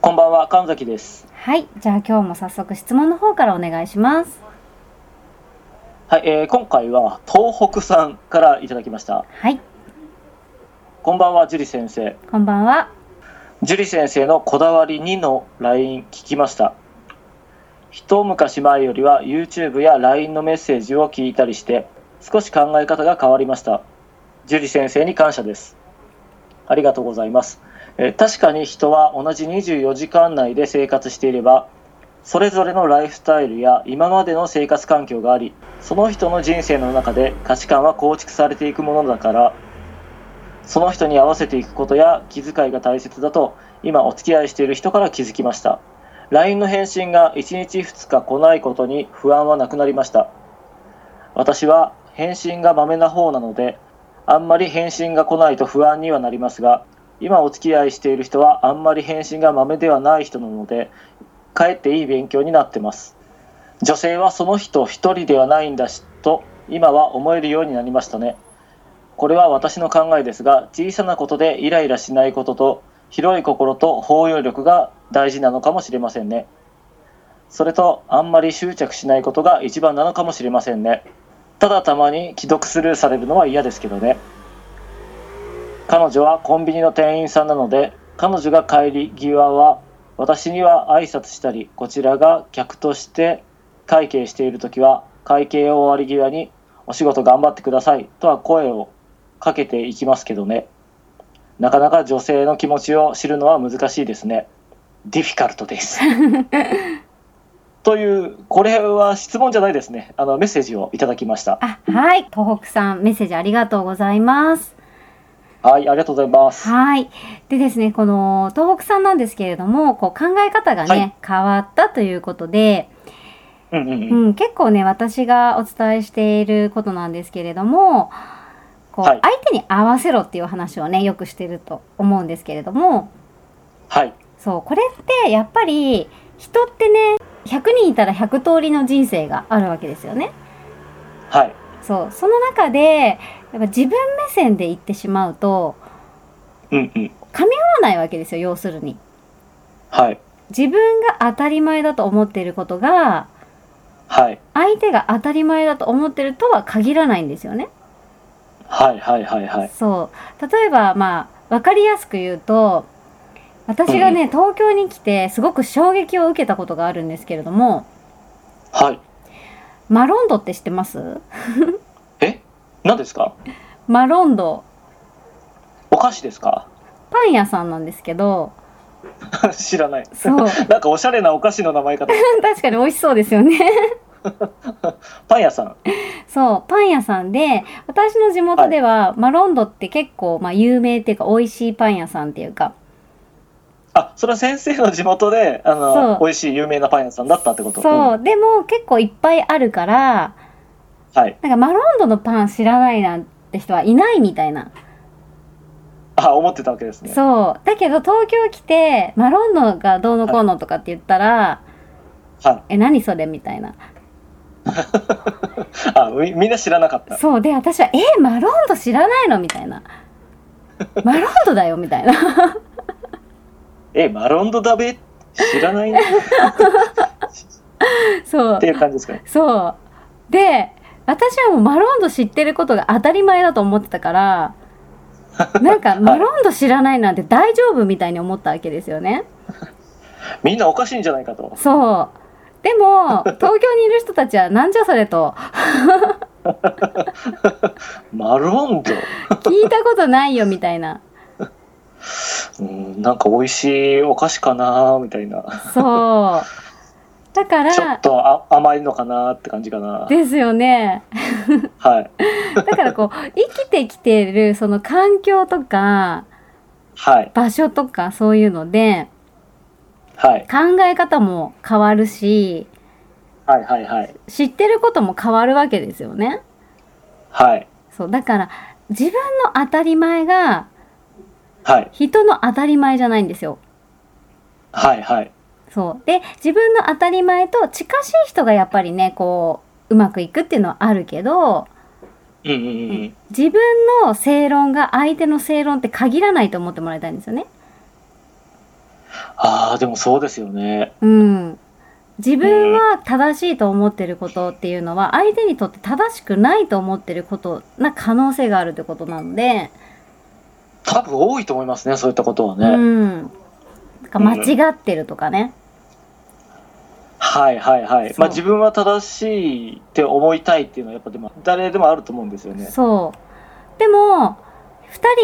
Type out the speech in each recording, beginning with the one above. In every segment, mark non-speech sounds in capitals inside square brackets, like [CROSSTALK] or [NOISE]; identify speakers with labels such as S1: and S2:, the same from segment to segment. S1: こんばんは、神崎です。
S2: はい、じゃあ今日も早速質問の方からお願いします。
S1: はい、えー今回は東北さんからいただきました。
S2: はい、
S1: こんばんは、樹里先生。
S2: こんばんは。
S1: 樹里先生のこだわり2の LINE 聞きました。一昔前よりは YouTube や LINE のメッセージを聞いたりして、少し考え方が変わりました。樹里先生に感謝です。ありがとうございます。えー確かに人は同じ24時間内で生活していれば、それぞれのライフスタイルや今までの生活環境があり、その人の人生の中で価値観は構築されていくものだから、その人に合わせていくことや気遣いが大切だと、今お付き合いしている人から気づきました。LINE の返信が1日2日来ないことに不安はなくなりました。私は返信がまめな方なので、あんまり返信が来ないと不安にはなりますが、今お付き合いしている人はあんまり返信がまめではない人なので、かえっていい勉強になってます。女性はその人一人ではないんだし、と今は思えるようになりましたね。これは私の考えですが、小さなことでイライラしないことと、広い心と包容力が大事なのかもしれませんね。それと、あんまり執着しないことが一番なのかもしれませんね。ただたまに既読スルーされるのは嫌ですけどね。彼女はコンビニの店員さんなので、彼女が帰り際は、私には挨拶したり、こちらが客として会計しているときは、会計を終わり際に、お仕事頑張ってくださいとは声をかけていきますけどね。なかなか女性の気持ちを知るのは難しいですね。ディフィカルトです。という、これは質問じゃないですね。あの、メッセージをいただきました。
S2: あ、はい、東北さんメッセージありがとうございます。
S1: はい、ありがとうございます。
S2: はい。でですね、この東北さんなんですけれども、こう考え方がね、
S1: はい
S2: 変わったということで、
S1: うんうんう。
S2: うんん、結構ね、私がお伝えしていることなんですけれども、こう、
S1: はい
S2: 相手に合わせろっていう話をね、よくしてると思うんですけれども、
S1: はい。
S2: そう、これってやっぱり人ってね、100人いたら100通りの人生があるわけですよね。
S1: はい。
S2: そう、その中で、やっぱ自分目線で言ってしまうと、
S1: うんうん。
S2: 合わないわけですよ、要するに。
S1: はい。
S2: 自分が当たり前だと思っていることが、
S1: はい。
S2: 相手が当たり前だと思ってるとは限らないんですよね。
S1: はいはいはいはい。
S2: そう。例えば、まあ、わかりやすく言うと、私がね、東京に来て、すごく衝撃を受けたことがあるんですけれども、
S1: はい。
S2: マロンドって知ってます
S1: え何ですか
S2: マロンド、
S1: お菓子ですか [LAUGHS]
S2: パン屋さんなんですけど、
S1: 知らない。
S2: そう。
S1: [LAUGHS] なんかおしゃれなお菓子の名
S2: [LAUGHS]
S1: 前かと。
S2: 確かに美味しそうですよね。
S1: パン屋さん。
S2: そう、パン屋さんで、私の地元では、マロンドって結構、まあ、有名っていうか、美味しいパン屋さんっていうか、
S1: あ、それは先生の地元で、あの、
S2: そ
S1: 美味しい有名なパン屋さんだったってこと。ん
S2: そう、でも結構いっぱいあるから、
S1: はい。
S2: なんかマロンドのパン知らないなんて人はいないみたいな。
S1: あ、思ってたわけですね。
S2: そう。だけど、東京来て、マロンドがどうのこうのとかって言ったら、
S1: はい。
S2: え、何それみたいな。
S1: あ、みみんな知らなかった。
S2: そうで私は「えマロンド知らないの?」みた
S1: [LAUGHS]
S2: いな「マロンドだよ」みたいな [LAUGHS]
S1: え、マロンドダベ知
S2: [LAUGHS]
S1: らないね
S2: そう
S1: っていう感じですかね。
S2: そうで私はもうマロンド知ってることが当たり前だと思ってた
S1: [LAUGHS]
S2: からなんかマロンド知らないなんて大丈夫みたいに思ったわけですよね
S1: みんなおかしいんじゃないかと。
S2: そうで
S1: [LAUGHS]
S2: も東京にいる人たちはなんじゃそれと
S1: マロンド。
S2: 聞いたことないよみたいな
S1: うん、なんか美味しいお菓子かなみたいな。
S2: そうだか
S1: ちょっ
S2: ら
S1: とあ甘いのかなって感じかな。
S2: ですよね
S1: はい。
S2: だからこう生きてきてるその環境とか
S1: はい。
S2: 場所とかそういうので
S1: はい。
S2: 考え方も変わるし
S1: はい。はい。はい。
S2: 知ってることも変わるわけですよね。
S1: はい。
S2: そうだから自分の当たり前が
S1: はい。
S2: 人の当たり前じゃないんですよ。
S1: はい。はい。
S2: そうで自分の当たり前と近しい人がやっぱりねこううまくいくっていうのはあるけど
S1: うんうんうん。
S2: 自分の正論が相手の正論って限らないと思ってもらいたいんですよね。
S1: ああ、でもそうですよね。
S2: うん自分は正しいと思ってることっていうのは相手にとって正しくないと思ってることな可能性があるってことなので、
S1: 多分多いと思いますね、そういったことはね。
S2: うん。なんか間違ってるとかね。
S1: はいはいはい。
S2: そう
S1: まあ自分は正しいって思いたいっていうのはやっぱでも誰でもあると思うんですよね。
S2: そう。でも、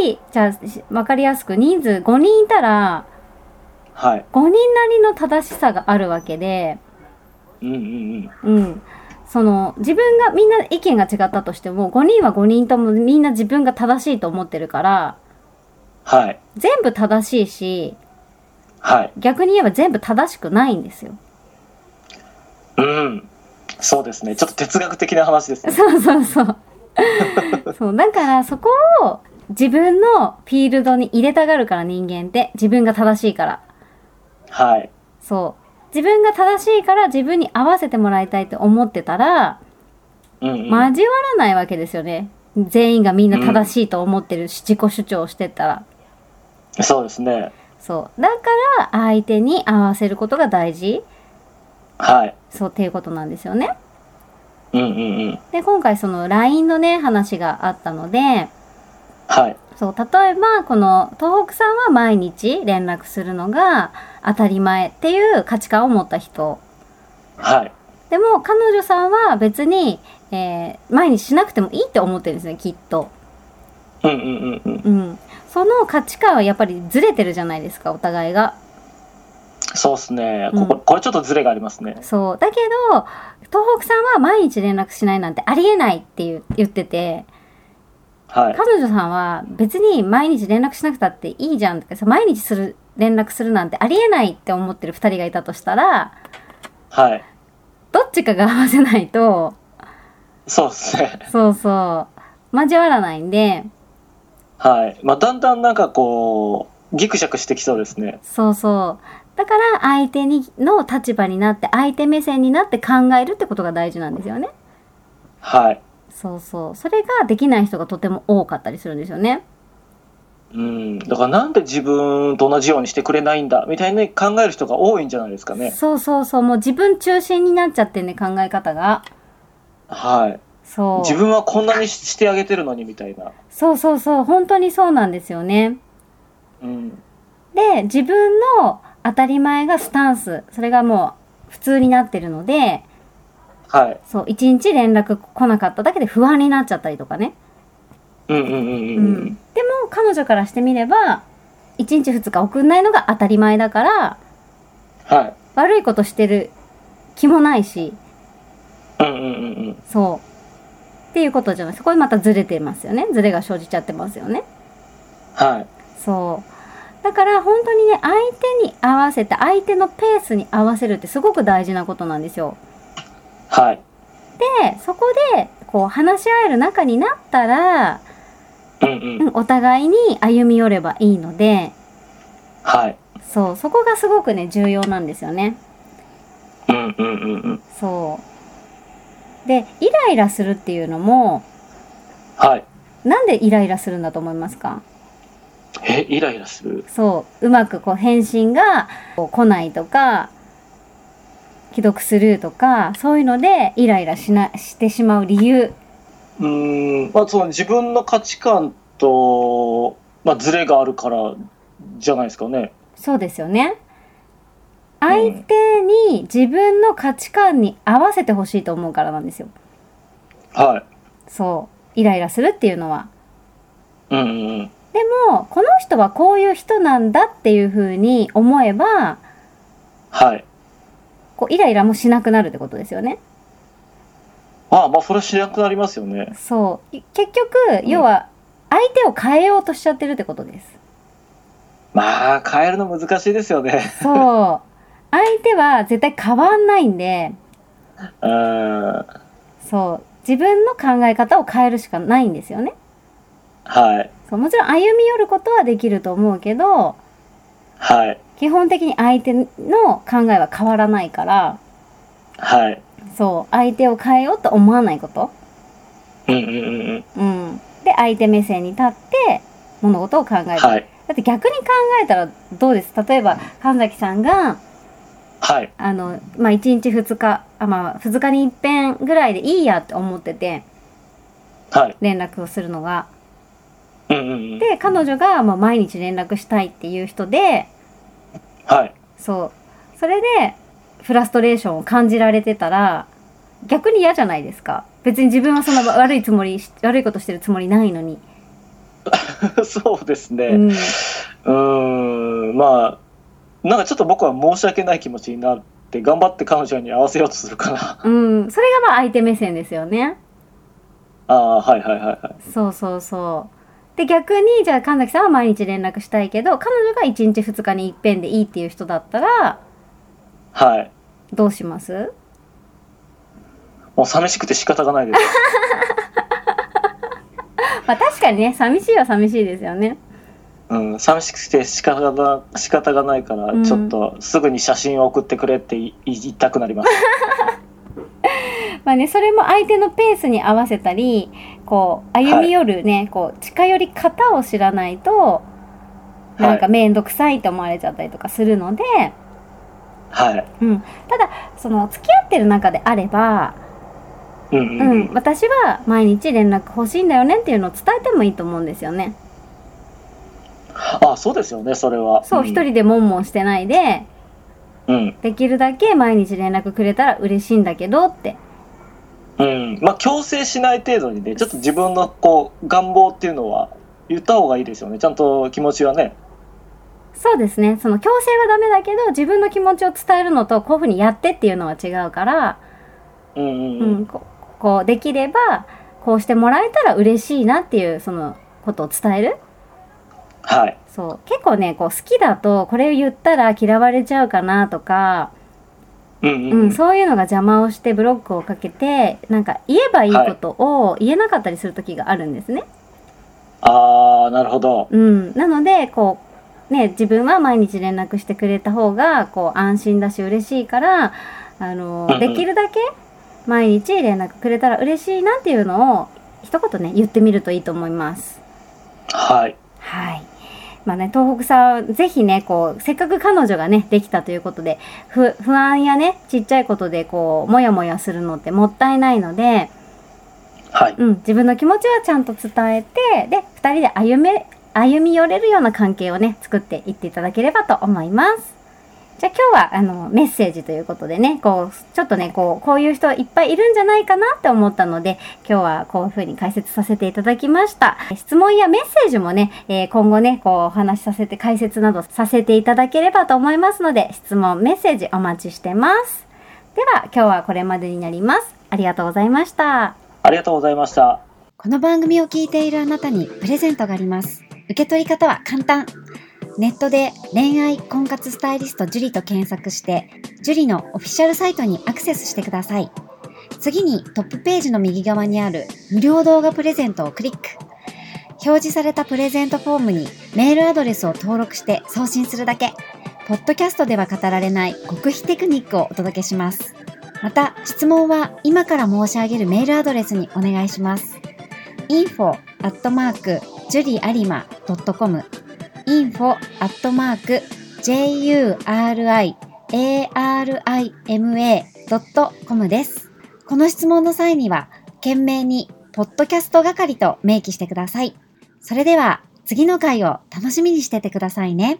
S2: 2人、じゃあし、わかりやすく人数5人いたら、
S1: はい。
S2: 5人なりの正しさがあるわけで、
S1: うんうん
S2: うん。その、自分が、みんな意見が違ったとしても、5人は5人ともみんな自分が正しいと思ってるから、
S1: はい。
S2: 全部正しいし、
S1: はい。
S2: 逆に言えば全部正しくないんですよ。 [LAUGHS]
S1: うん。そうですね。ちょっと哲学的な話です
S2: [LAUGHS]
S1: ね。
S2: そうそうそう。そう、だからそこを自分のフィールドに入れたがるから人間って、自分が正しいから。
S1: はい。
S2: そう。自分が正しいから自分に合わせてもらいたいって思ってたら、
S1: うん、うん。
S2: 交わらないわけですよね。全員がみんな正しいと思ってるし、自己主張をしてたら。
S1: そうですね。
S2: そう。だから、相手に合わせることが大事。
S1: はい。
S2: そう、っていうことなんですよね。
S1: うんうんうん。
S2: で、今回その LINE のね、話があったので、
S1: はい。
S2: そう例えばこの東北さんは毎日連絡するのが当たり前っていう価値観を持った人
S1: はい。
S2: でも彼女さんは別に、えー毎日しなくてもいいって思ってるんですねきっと、
S1: うんうんうんうん。
S2: うん、その価値観はやっぱりずれてるじゃないですかお互いが
S1: そうですね。ここ、
S2: うん
S1: これちょっとズレがありますね。
S2: そうだけど東北さんは毎日連絡しないなんてありえないっていう言ってて
S1: はい。
S2: 彼女さんは別に毎日連絡しなくたっていいじゃんとかさ毎日する連絡するなんてありえないって思ってる2人がいたとしたら
S1: はい。
S2: どっちかが合わせないと、
S1: そうですね。
S2: そうそう、交わらないんで、
S1: はい。まあだんだんなんかこう、ギクシャクしてきそうですね。
S2: そうそう。だから相手にの立場になって、相手目線になって考えるってことが大事なんですよね。
S1: はい。
S2: そうそう。それができない人がとても多かったりするんですよね。
S1: うん、だからなんで自分と同じようにしてくれないんだみたいに考える人が多いんじゃないですかね。
S2: そうそうそう。もう自分中心になっちゃってね、考え方が。
S1: はい。
S2: そう。
S1: 自分はこんなにししてあげてるのにみたいな。
S2: そうそうそう。本当にそうなんですよね。
S1: うん。
S2: で、自分の当たり前がスタンス。それがもう普通になってるので、
S1: はい。
S2: そう、一日連絡来なかっただけで不安になっちゃったりとかね。
S1: うんうんうんうん。
S2: う
S1: うんん、
S2: でも、彼女からしてみれば、一日二日送んないのが当たり前だから、
S1: はい。
S2: 悪いことしてる気もないし、
S1: うんうんうんうん。
S2: そう。っていうことじゃない。そこにまたずれてますよね。ずれが生じちゃってますよね。
S1: はい。
S2: そう。だから本当にね、相手に合わせて、相手のペースに合わせるってすごく大事なことなんですよ。
S1: はい。
S2: で、そこで、こう話し合える仲になったら、
S1: うんう。
S2: うんんお互いに歩み寄ればいいので、
S1: はい。
S2: そう、そこがすごくね、重要なんですよね。
S1: うんうんうんうん。
S2: そう。でイライラするっていうのも
S1: はい。
S2: なんでイライラするんだと思いますか
S1: え、イライラする。
S2: そううまくこう返信がこう来ないとか既読スルーとかそういうのでイライラしなしてしまう理由
S1: うーん、まあ、その自分の価値観と、まあ、ズレがあるからじゃないですかね。
S2: そうですよね相手に自分の価値観に合わせてほしいと思うからなんですよ
S1: は。
S2: そうイライラするっていうのはい
S1: うんうんうん。
S2: でもこの人はこういう人なんだっていうふうに思えば
S1: はい。
S2: こうイライラもしなくなるってことですよね
S1: ああ、まあ、それはしなくなりますよね。
S2: そうい結局要は相手を変えようとしちゃってるってことです
S1: まあ、変えるの難しいですよね。 [LAUGHS]
S2: そう。相手は絶対変わんないんで、
S1: うーん。
S2: そう。自分の考え方を変えるしかないんですよね。
S1: はい。
S2: そう。もちろん歩み寄ることはできると思うけど、
S1: はい。
S2: 基本的に相手の考えは変わらないから、
S1: はい。
S2: そう。相手を変えようと思わないこと。
S1: うんうんうんうん。
S2: うん。で、相手目線に立って、物事を考える。だ
S1: はい。
S2: って逆に考えたらどうです例えば、神崎さんが、
S1: はい。
S2: あの、まあ、1日2日、あ、まあ、2日に一遍ぐらいでいいやって思ってて、
S1: はい。
S2: 連絡をするのが。
S1: うんうんうん。
S2: で、彼女がまあ毎日連絡したいっていう人で、
S1: はい。 [LAUGHS]
S2: そう。それで、フラストレーションを感じられてたら、逆に嫌じゃないですか。別に自分はそんな悪いつもりし、悪いことしてるつもりないのに。
S1: そうです
S2: う
S1: ね。
S2: ん。
S1: うーん。まあ、なんかちょっと僕は申し訳ない気持ちになって、頑張って彼女に合わせようとするかな。
S2: うん。それがまあ相手目線ですよね。
S1: ああ、はいはいはいはい。
S2: そうそうそう。で、逆に、じゃあ神崎さんは毎日連絡したいけど、彼女が1日2日に一遍でいいっていう人だったら、
S1: はい。
S2: どうします
S1: もう寂しくて仕方がないです。
S2: まあ確かにね、寂しいは寂しいですよね。
S1: うん、寂しくて仕方が仕方がないから、
S2: うん
S1: ちょっとすぐに写真を送ってくれってい言いたくなります。
S2: [LAUGHS] まあね、それも相手のペースに合わせたり、こう、歩み寄るね、こう、近寄り方を知らないと、なんか面倒くさいと思われちゃったりとかするので、
S1: はい。はい。
S2: その、付き合ってる中であれば、
S1: うんうん
S2: う、
S1: うんん。
S2: 私は毎日連絡欲しいんだよねっていうのを伝えてもいいと思うんですよね。
S1: あ、そうですよね、それは。
S2: そう、
S1: ん
S2: 一。人で悶々してないで、
S1: うん。
S2: できるだけ毎日連絡くれたら嬉しいんだけどって。
S1: うん。まあ、強制しない程度にね、ちょっと自分のこう、願望っていうのは言った方がいいですよね。ちゃんと気持ちはね。
S2: そうですね。その強制はダメだけど、自分の気持ちを伝えるのと、こういうふうにやってっていうのは違うから、
S1: うんうんう。
S2: うんん、ここうできればこうしてもらえたら嬉しいなっていうそのことを伝える
S1: はい。
S2: そう結構ねこう好きだとこれを言ったら嫌われちゃうかなとか、
S1: うん
S2: う
S1: うんん。
S2: そういうのが邪魔をしてブロックをかけてなんか言えばいいことを言えなかったりする時があるんですね。
S1: ああ、なるほど。
S2: うん、なのでこう、ね、自分は毎日連絡してくれた方がこう安心だし嬉しいからあの
S1: うんうん
S2: できるだけ毎日連絡くれたら嬉しいなっていうのを一言ね言ってみるといいと思います。
S1: はい。
S2: はいまあね、東北さん、ぜひね、こう、せっかく彼女がね、できたということで、不、不安やね、ちっちゃいことで、こう、もやもやするのってもったいないので、
S1: はい。
S2: うん、自分の気持ちはちゃんと伝えて、で、二人で歩め、歩み寄れるような関係をね、作っていっていただければと思います。じゃあ今日は、あの、メッセージということでね、こう、ちょっとね、こう、こういう人いっぱいいるんじゃないかなって思ったので、今日はこういう風に解説させていただきました。質問やメッセージもね、えー今後ね、こう、お話しさせて、解説などさせていただければと思いますので、質問、メッセージお待ちしてます。では、今日はこれまでになります。ありがとうございました。
S1: ありがとうございました。
S3: この番組を聞いているあなたにプレゼントがあります。受け取り方は簡単。ネットで恋愛婚活スタイリスト樹と検索して、樹のオフィシャルサイトにアクセスしてください。次にトップページの右側にある無料動画プレゼントをクリック。表示されたプレゼントフォームにメールアドレスを登録して送信するだけ。ポッドキャストでは語られない極秘テクニックをお届けします。また、質問は今から申し上げるメールアドレスにお願いします。info アットマーク juriarima.com info アットマーク juriarima.com です。この質問の際には、懸命にポッドキャスト係と明記してください。それでは、次の回を楽しみにしててくださいね。